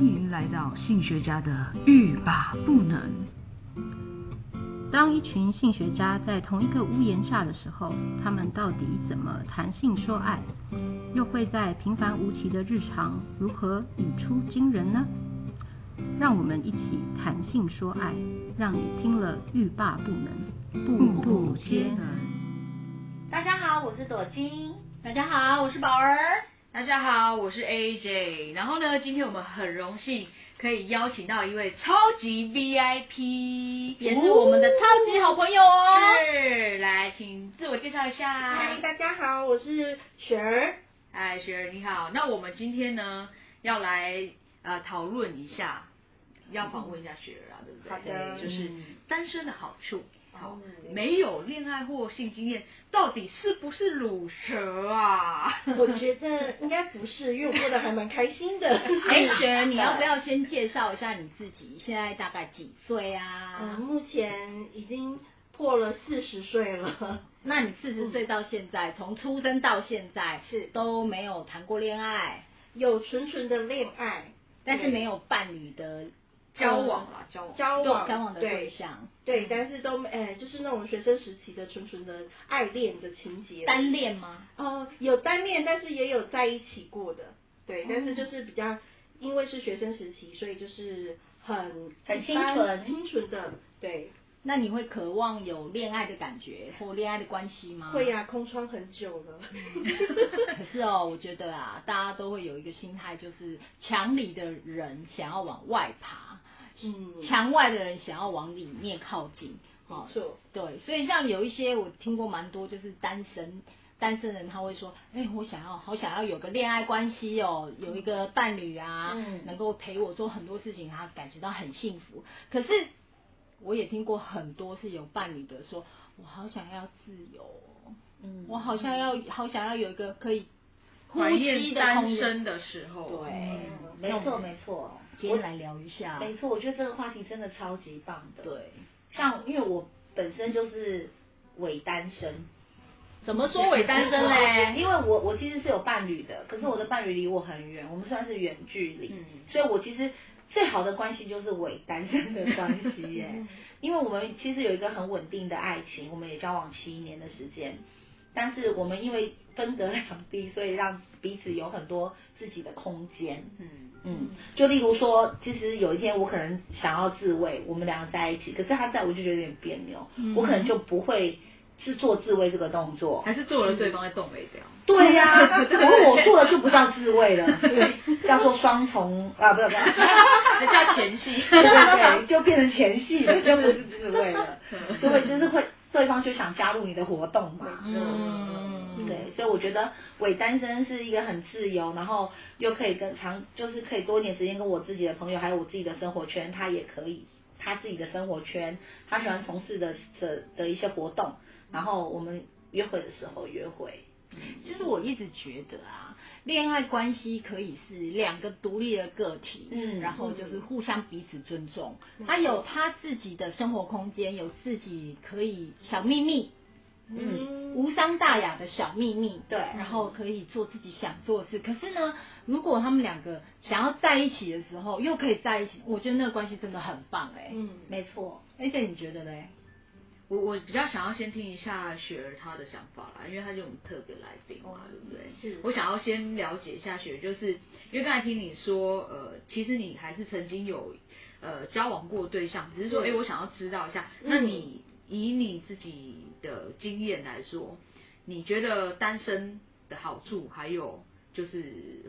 迎来到性学家的欲罢不能。当一群性学家在同一个屋檐下的时候，他们到底怎么谈性说爱？又会在平凡无奇的日常如何语出惊人呢？让我们一起谈性说爱，让你听了欲罢不能，步步皆能。大家好，我是朵金。大家好，我是宝儿。大家好，我是 AJ。然后呢，今天我们很荣幸可以邀请到一位超级 VIP，也是我们的超级好朋友哦。是，来，请自我介绍一下。嗨，大家好，我是 雪儿。哎，雪儿你好。那我们今天呢，要来呃讨论一下，要访问一嗯下雪儿啊，对不对？好的就是单身的好处。好，没有恋爱或性经验，到底是不是乳蛇啊？我觉得应该不是，因为我过得还蛮开心的。 哎，雪儿，你要不要先介绍一下你自己？现在大概几岁啊？嗯，目前已经破了四十岁了。那你四十岁到现在，从出生到现在是嗯都没有谈过恋爱，有纯纯的恋爱，但是没有伴侣的啊交往啦，嗯交往。交交往交往的对对象，对，但是都没，呃，就是那种学生时期的纯纯的爱恋的情节。单恋吗？哦，有单恋，但是也有在一起过的。对，但是哦就是比较，因为是学生时期，所以就是很很清一般纯很清纯的。对，那你会渴望有恋爱的感觉或恋爱的关系吗？会啊呀、空窗很久了。嗯 可是哦，我觉得啊，大家都会有一个心态，就是墙里的人想要往外爬，嗯墙外的人想要往里面靠近。哦没，错，对，所以像有一些我听过蛮多，就是单身单身人他会说，哎、我想要好想要有个恋爱关系哦，有一个伴侣啊，嗯能够陪我做很多事情，他感觉到很幸福。可是我也听过很多是有伴侣的说，我好想要自由哦，嗯我好像要好想要有一个可以呼怀吸念的嗯空单间。身的时候，对，哎没错没错，今天来聊一下，没错，我觉得这个话题真的超级棒的。，啊对，像因为我本身就是伪单身，怎么说伪单身嘞？因为我我其实是有伴侣的，可是我的伴侣离我很远，我们算是远距离，嗯嗯所以我其实最好的关系就是伪单身的关系 耶。因为我们其实有一个很稳定的爱情，我们也交往七年的时间，但是我们因为分隔两地，所以让彼此有很多自己的空间。嗯，嗯，就例如说，其实有一天我可能想要自慰，我们两个在一起，可是他在我就觉得有点别扭，我可能就不会是做自慰这个动作。嗯还是做了对方在动没掉。对呀、 然后我做的就不叫自慰了，叫做双重啊，不是不是，那叫前戏。对对对，就变成前戏了，就不是自 慰了，所以就是会对方就想加入你的活动嘛。嗯，对，所以我觉得伪单身是一个很自由，然后又可以跟长，就是可以多一点时间跟我自己的朋友，还有我自己的生活圈，他也可以他自己的生活圈，他喜欢从事的的的一些活动，然后我们约会的时候约会。就是我一直觉得啊，恋爱关系可以是两个独立的个体，嗯然后就是互相彼此尊重。他有他自己的生活空间，有自己可以小秘密，嗯无伤大雅的小秘密。对然后可以做自己想做的事。可是呢，如果他们两个想要在一起的时候，又可以在一起，我觉得那个关系真的很棒哎、嗯，没错，而且你觉得嘞？我我比较想要先听一下雪儿她的想法啦，因为她是我们特别来宾哦嘛，对不对？嗯我想要先了解一下雪儿，就是因为刚才听你说，呃，其实你还是曾经有呃交往过对象，只是说，哎、我想要知道一下，那你、以你自己的经验来说，你觉得单身的好处，还有就是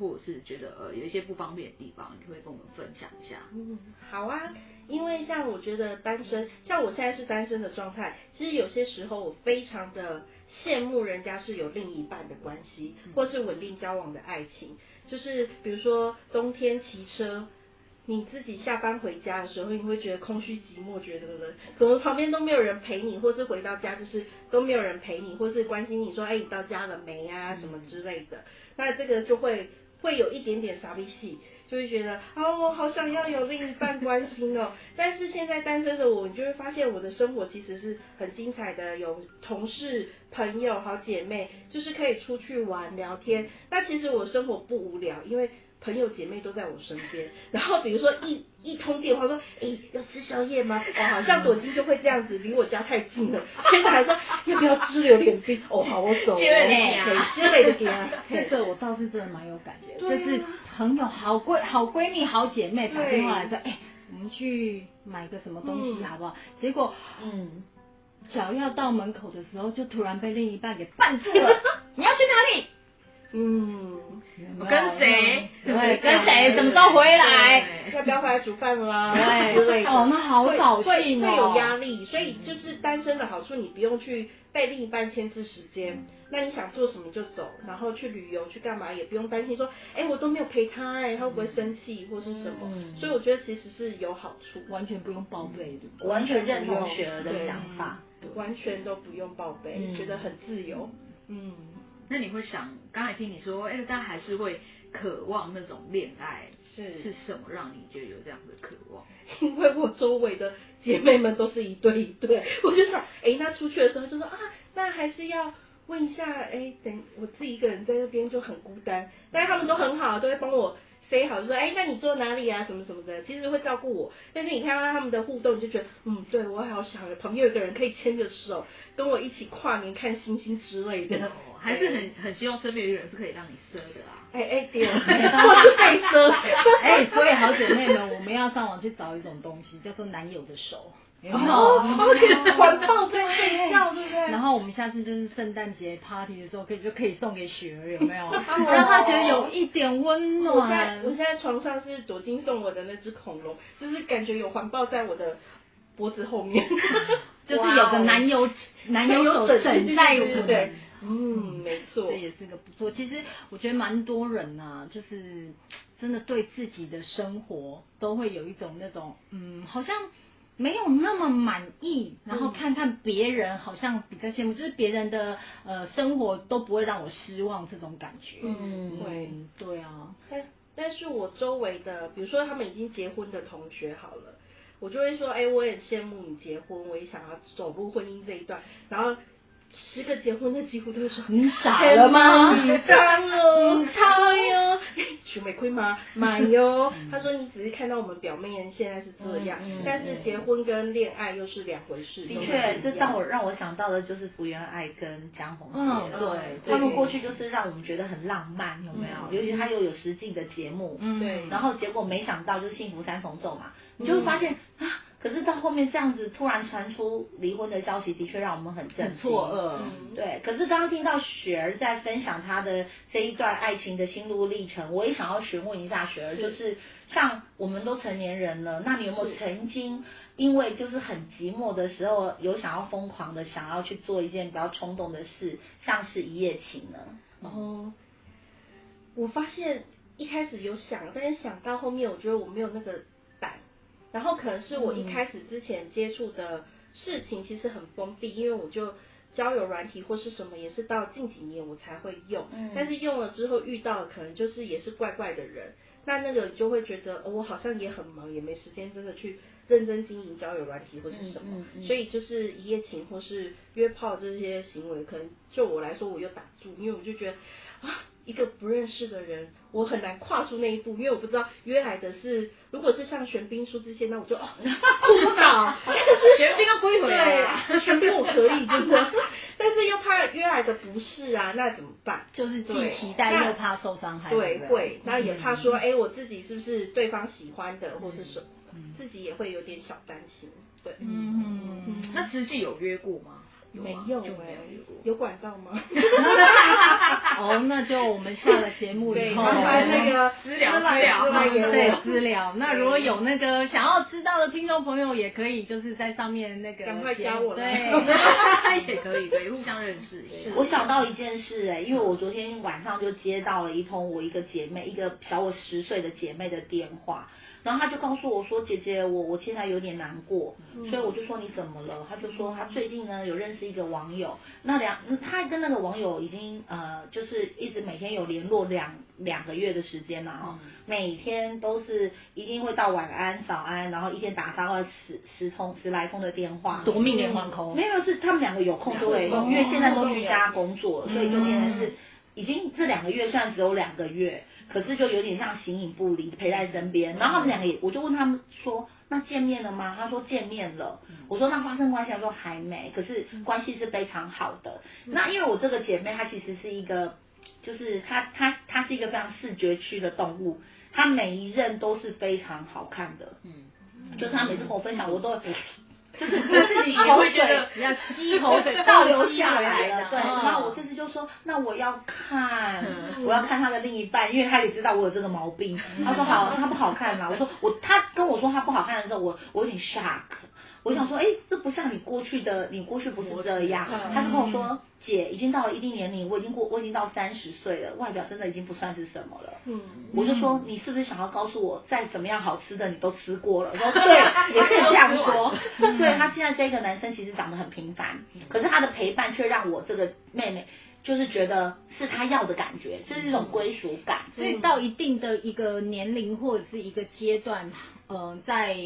或者是觉得呃有一些不方便的地方，你会跟我们分享一下？嗯，好啊，因为像我觉得单身，像我现在是单身的状态，其实有些时候我非常的羡慕人家是有另一半的关系，或是稳定交往的爱情，就是比如说冬天骑车。你自己下班回家的时候，你会觉得空虚寂寞，觉得怎么旁边都没有人陪你，或是回到家就是都没有人陪你，或是关心你说，哎、你到家了没啊，什么之类的。那这个就会会有一点点傻逼戏，就会觉得啊，我好想要有另一半关心哦。但是现在单身的我，你就会发现我的生活其实是很精彩的，有同事、朋友、好姐妹，就是可以出去玩聊天。那其实我生活不无聊，因为。朋友姐妹都在我身边，然后比如说一一通电话说，哎，要吃宵夜吗？哦，好像朵金就会这样子，离我家太近了，所以还说要不要吃榴莲冰？哦，好，我走之了，类的嘿之类的给啊，这嘿个我倒是真的蛮有感觉，啊就是朋友、好闺、好闺蜜、好姐妹打电话来说，哎、我们去买个什么东西好不好？结果嗯，脚要到门口的时候，就突然被另一半给绊住了。你要去哪里？嗯， 跟谁对，跟谁？什么时候回来？要不要回来煮饭啦？之类对，的。哦，那好会扫会兴哦，嗯会有压力，所以就是单身的好处，你不用去被另一半牵制时间，那你想做什么就走，然后去旅游去干嘛也不用担心说，哎、我都没有陪他、哎，他会不会生气或是什么？嗯所以我觉得其实是有好处，完全不用报备，对不对？我完全认同雪儿的想法。完全都不用报备，嗯觉得很自由。嗯，那你会想，刚才听你说，哎、但还是会渴望那种恋爱，是是什么让你觉得有这样的渴望？ 因为我周围的姐妹们都是一对一对，我就想，哎，那出去的时候就说啊，那还是要问一下，哎，等我自己一个人在那边就很孤单，但是他们都很好，都会帮我 say 好，就说，哎，那你坐哪里啊，什么什么的，其实会照顾我。但是你看到他们的互动，你就觉得，嗯，对我好想旁边有一个人可以牵着手，跟我一起跨年看星星之类的。哦，还是很很希望身边有一个人是可以让你奢的啊。哎哎，对， 我是被说，哎、所以好姐妹们，我们要上网去找一种东西，叫做男友的手，有没有？哦环抱在睡觉，对不对？然后我们下次就是圣诞节 party 的时候，可以就可以送给雪儿，有没有？让她觉得有一点温我现在暖我。现在床上是朵金送我的那只恐龙，就是感觉有环抱在我的脖子后面，就是有个男友 男友手枕在我对对们，对，嗯，没错这，也是个不错。其实我觉得蛮多人呐、就是真的对自己的生活都会有一种那种嗯，好像没有那么满意，然嗯后看看别人好像比较羡慕，就是别人的呃生活都不会让我失望这种感觉。嗯，对。嗯，对啊，但但是我周围的，比如说他们已经结婚的同学好了，我就会说，哎、我也很羡慕你结婚，我也想要走入婚姻这一段。然后十个结婚的几乎都会说，你傻了吗你当了，嗯他哟，许玫瑰吗？买哟。他说你只是看到我们表妹现在是这样，嗯嗯但是结婚跟恋爱又是两回事。的都不确，一这样让我让我想到的就是福原爱跟江宏杰。嗯对他们对过去就是让我们觉得很浪漫，有没有？尤其他又有实境的节目，嗯，对然后结果没想到就是幸福三重奏嘛，你就会发现啊，可是到后面这样子突然传出离婚的消息，的确让我们很震很惊错。愕。对，可是刚刚听到雪儿在分享她的这一段爱情的心路历程，我也想要询问一下雪儿，就是像我们都成年人了，那你有没有曾经因为就是很寂寞的时候，有想要疯狂的想要去做一件比较冲动的事，像是一夜情呢？嗯哦，我发现一开始有想，但是想到后面，我觉得我没有那个胆，然后可能是我一开始之前接触的事情其实很封闭，因为我就交友软体或是什么也是到近几年我才会用，但是用了之后遇到可能就是也是怪怪的人，那那个就会觉得、哦、我好像也很忙，也没时间真的去认真经营交友软体或是什嗯么，所以就是一夜情或是约炮这些行为，可能就我来说我又打住，因为我就觉得啊，一个不认识的人，我很难跨出那一步，因为我不知道约来的是，如果是像玄彬说这些，那我就哦 哭哎倒，玄彬跟归回啊，对， 玄彬我可以真的， 但是又怕约来的不是啊，那怎么办？就是既对期待那又怕受伤害，对，不嗯会，那也怕说，哎、我自己是不是对方喜欢的，或是什么，自己也会有点小担心。对，嗯，那实际有约过吗？没吗有就哎、没有约过。有管道吗？ 哦，那就我们下了节目以对，后，麻烦那个私聊私来私聊私来给对我，私聊。那如果有那个想要知道的听众朋友，也可以就是在上面那个赶快写加我对，也可以，对，互相认识一下。我想到一件事、哎，因为我昨天晚上就接到了一通我一个姐妹，一个小我十岁的姐妹的电话，然后她就告诉我说：“姐姐，我我现在有点难过。”嗯所以我就说：“你怎么了？”她就说：“她最近呢有认识一个网友，那两嗯她跟那个网友已经呃就是一直每天有联络两两个月的时间了嗯嗯哦，每天都是一定会到晚安、早安，然后一天打发了十十通十来通的电话，夺命连环扣。没有，是他们两个有空就会，哦有空因为现在都居家工作，所以就变成是已经这两个月虽然只有两个月，可是就有点像形影不离，陪在身边。然后他们两个也，我就问他们说，那见面了吗？他说见面了。我说那发生关系，他说还没，可是关系是非常好的。那因为我这个姐妹她其实是一个，就是她她她是一个非常视觉区的动物，她每一任都是非常好看的。嗯，就是她每次跟我分享，我都。就是我自己也会觉得要吸口水倒流下来来了了，对。嗯然后我这次就说，那我要看，我要看他的另一半，因为他也知道我有这个毛病。他说好，他不好看啦。我说我，他跟我说他不好看的时候，我我有点 shock，我想说，哎，这不像你过去的，你过去不是这样。他就跟我说，姐已经到了一定年龄，我已经过，我已经到三十岁了，外表真的已经不算是什么了。嗯我就嗯说你是不是想要告诉我，再怎么样好吃的你都吃过了？我说对，也是这样说。 所以他现在这个男生其实长得很平凡，嗯可是他的陪伴却让我这个妹妹就是觉得是他要的感觉，就是一种归属感。所以到一定的一个年龄或者是一个阶段，呃，在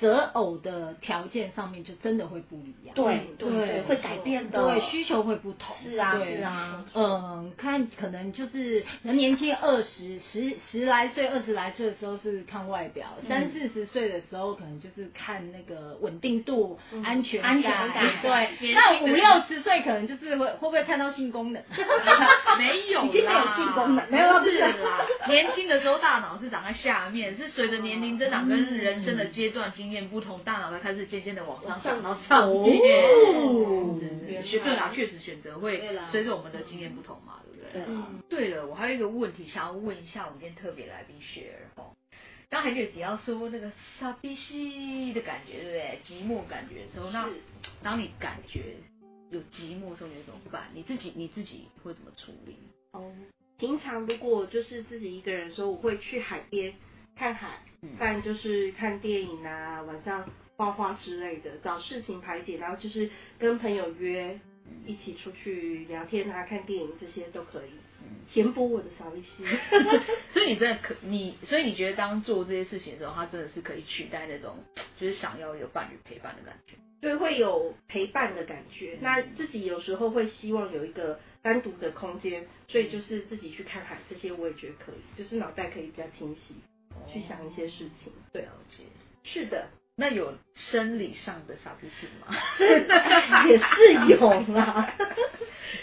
择偶的条件上面就真的会不一样，对对嗯对对，会改变的。对，需求会不同，是啊对是啊。嗯，看可能就是可能年轻二十十十来岁、二十来岁的时候是看外表，三四十岁的时候可能就是看那个稳定度、嗯安全安全感对，年轻那的五六十岁可能就是会会不会看到性功能？ 没有啦，已经没有性功能没有不是啦。年轻的时候大脑是长在下面，是随着年龄增长跟人生的阶段经验不同，大脑才开始渐渐的往上长到上面。哦是是是对啦，确实选择会对啦随着我们的经验不同嘛，对不对？嗯对啊对了，我还有一个问题想要问一下我们今天特别来宾雪儿哦。刚才就有提到说那个傻逼西的感觉，对不对？寂寞感觉的时候，那当你感觉有寂寞的时候，你会怎么办？你自己你自己会怎么处理？哦，平常如果就是自己一个人的时候，我会去海边看海，但就是看电影啊，晚上画画之类的，找事情排解，然后就是跟朋友约一起出去聊天啊，看电影这些都可以，填补我的小一些。所以你真的可你，所以你觉得当做这些事情的时候，它真的是可以取代那种就是想要有伴侣陪伴的感觉。对，会有陪伴的感觉。那自己有时候会希望有一个单独的空间，所以就是自己去看海，这些我也觉得可以，就是脑袋可以比较清晰，去想一些事情。对了啊，解。是的，那有生理上的傻逼性吗？也是有 啦，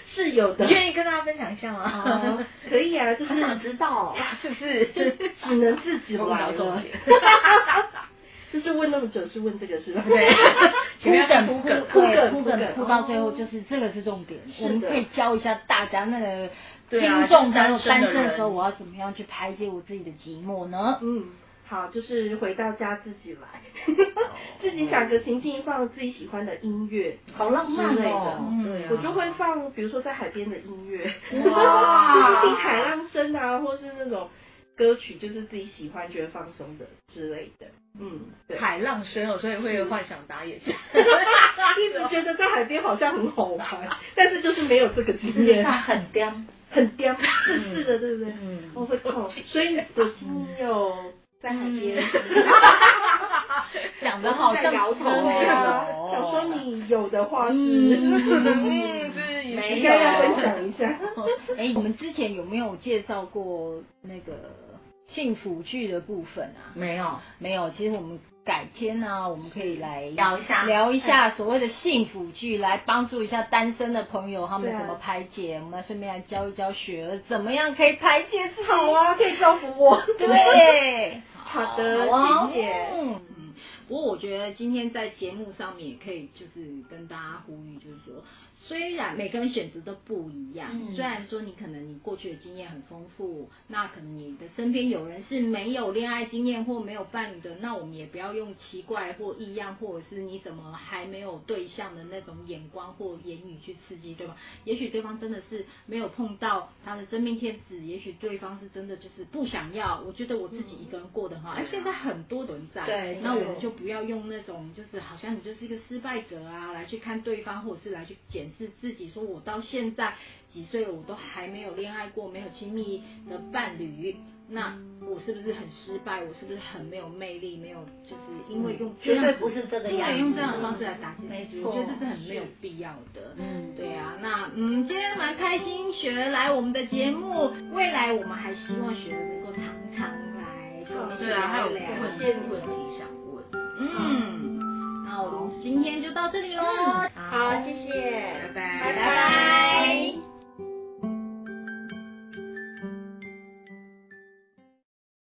是有的你。愿意跟大家分享一下 吗？哦，可以啊，就是知道，是不是？啊只能自己我来们聊了重。 就是问那么久是问这个是吧？ 对，铺梗铺铺梗哦梗铺铺梗铺梗梗铺到最后就是这个是重点，是我的们可以教一下大家那个对啊听众朋就友是单单身的身的人时候，我要怎么样去排解我自己的寂寞呢？嗯，好，就是回到家自己来， 自己想个情境，放自己喜欢的音乐，好浪漫之类的哦。嗯对啊我就会放，比如说在海边的音乐，哇 就是听海浪声啊，或是那种歌曲，就是自己喜欢觉得放松的之类的。嗯，对，海浪声哦，所以会幻想打野战。 一直觉得在海边好像很好 玩，但是就是没有这个经验，很刁，很刁，是是的，对不对？嗯我会痛，所以我亲嗯 友在海边。讲的好像摇头真的对啊哦，想说你有的话是，嗯嗯，对，没应有该要分享一下。 哎、我们之前有没有介绍过那个幸福剧的部分啊？ 没有，没有，其实我们改天呢、我们可以来聊一下聊一下所谓的幸福剧，来帮助一下单身的朋友他们对啊怎么排解。我们来顺便来教一教雪儿怎么样可以排解自己。好哇，啊可以造福我。对，好啊的，哦谢谢。嗯不过我觉得今天在节目上面也可以，就是跟大家呼吁，就是说，虽然每个人选择都不一样，虽然说你可能你过去的经验很丰富，那可能你的身边有人是没有恋爱经验或没有伴侣的，那我们也不要用奇怪或异样，或者是你怎么还没有对象的那种眼光或言语去刺激对方。也许对方真的是没有碰到他的真命天子，也许对方是真的就是不想要。我觉得我自己一个人过得很好，哎、现在很多存在，嗯对那我对们就不要用那种就是好像你就是一个失败者啊，来去看对方，或者是来去检视自己，说我到现在几岁了，我都还没有恋爱过，没有亲密的伴侣。那我是不是很失败？我是不是很没有魅力？没有，就是因为用嗯绝对不是这个样对，子，用这样的方式来打击没自己，错我觉得这是很没有必要的。嗯，对啊，那嗯，今天蛮开心，雪儿来我们的节目，未来我们还希望雪儿能够常常来跟我们一起对啊，还聊有一问聊。问谢谢你题想问。嗯，那我们今天就到这里喽。好，谢谢。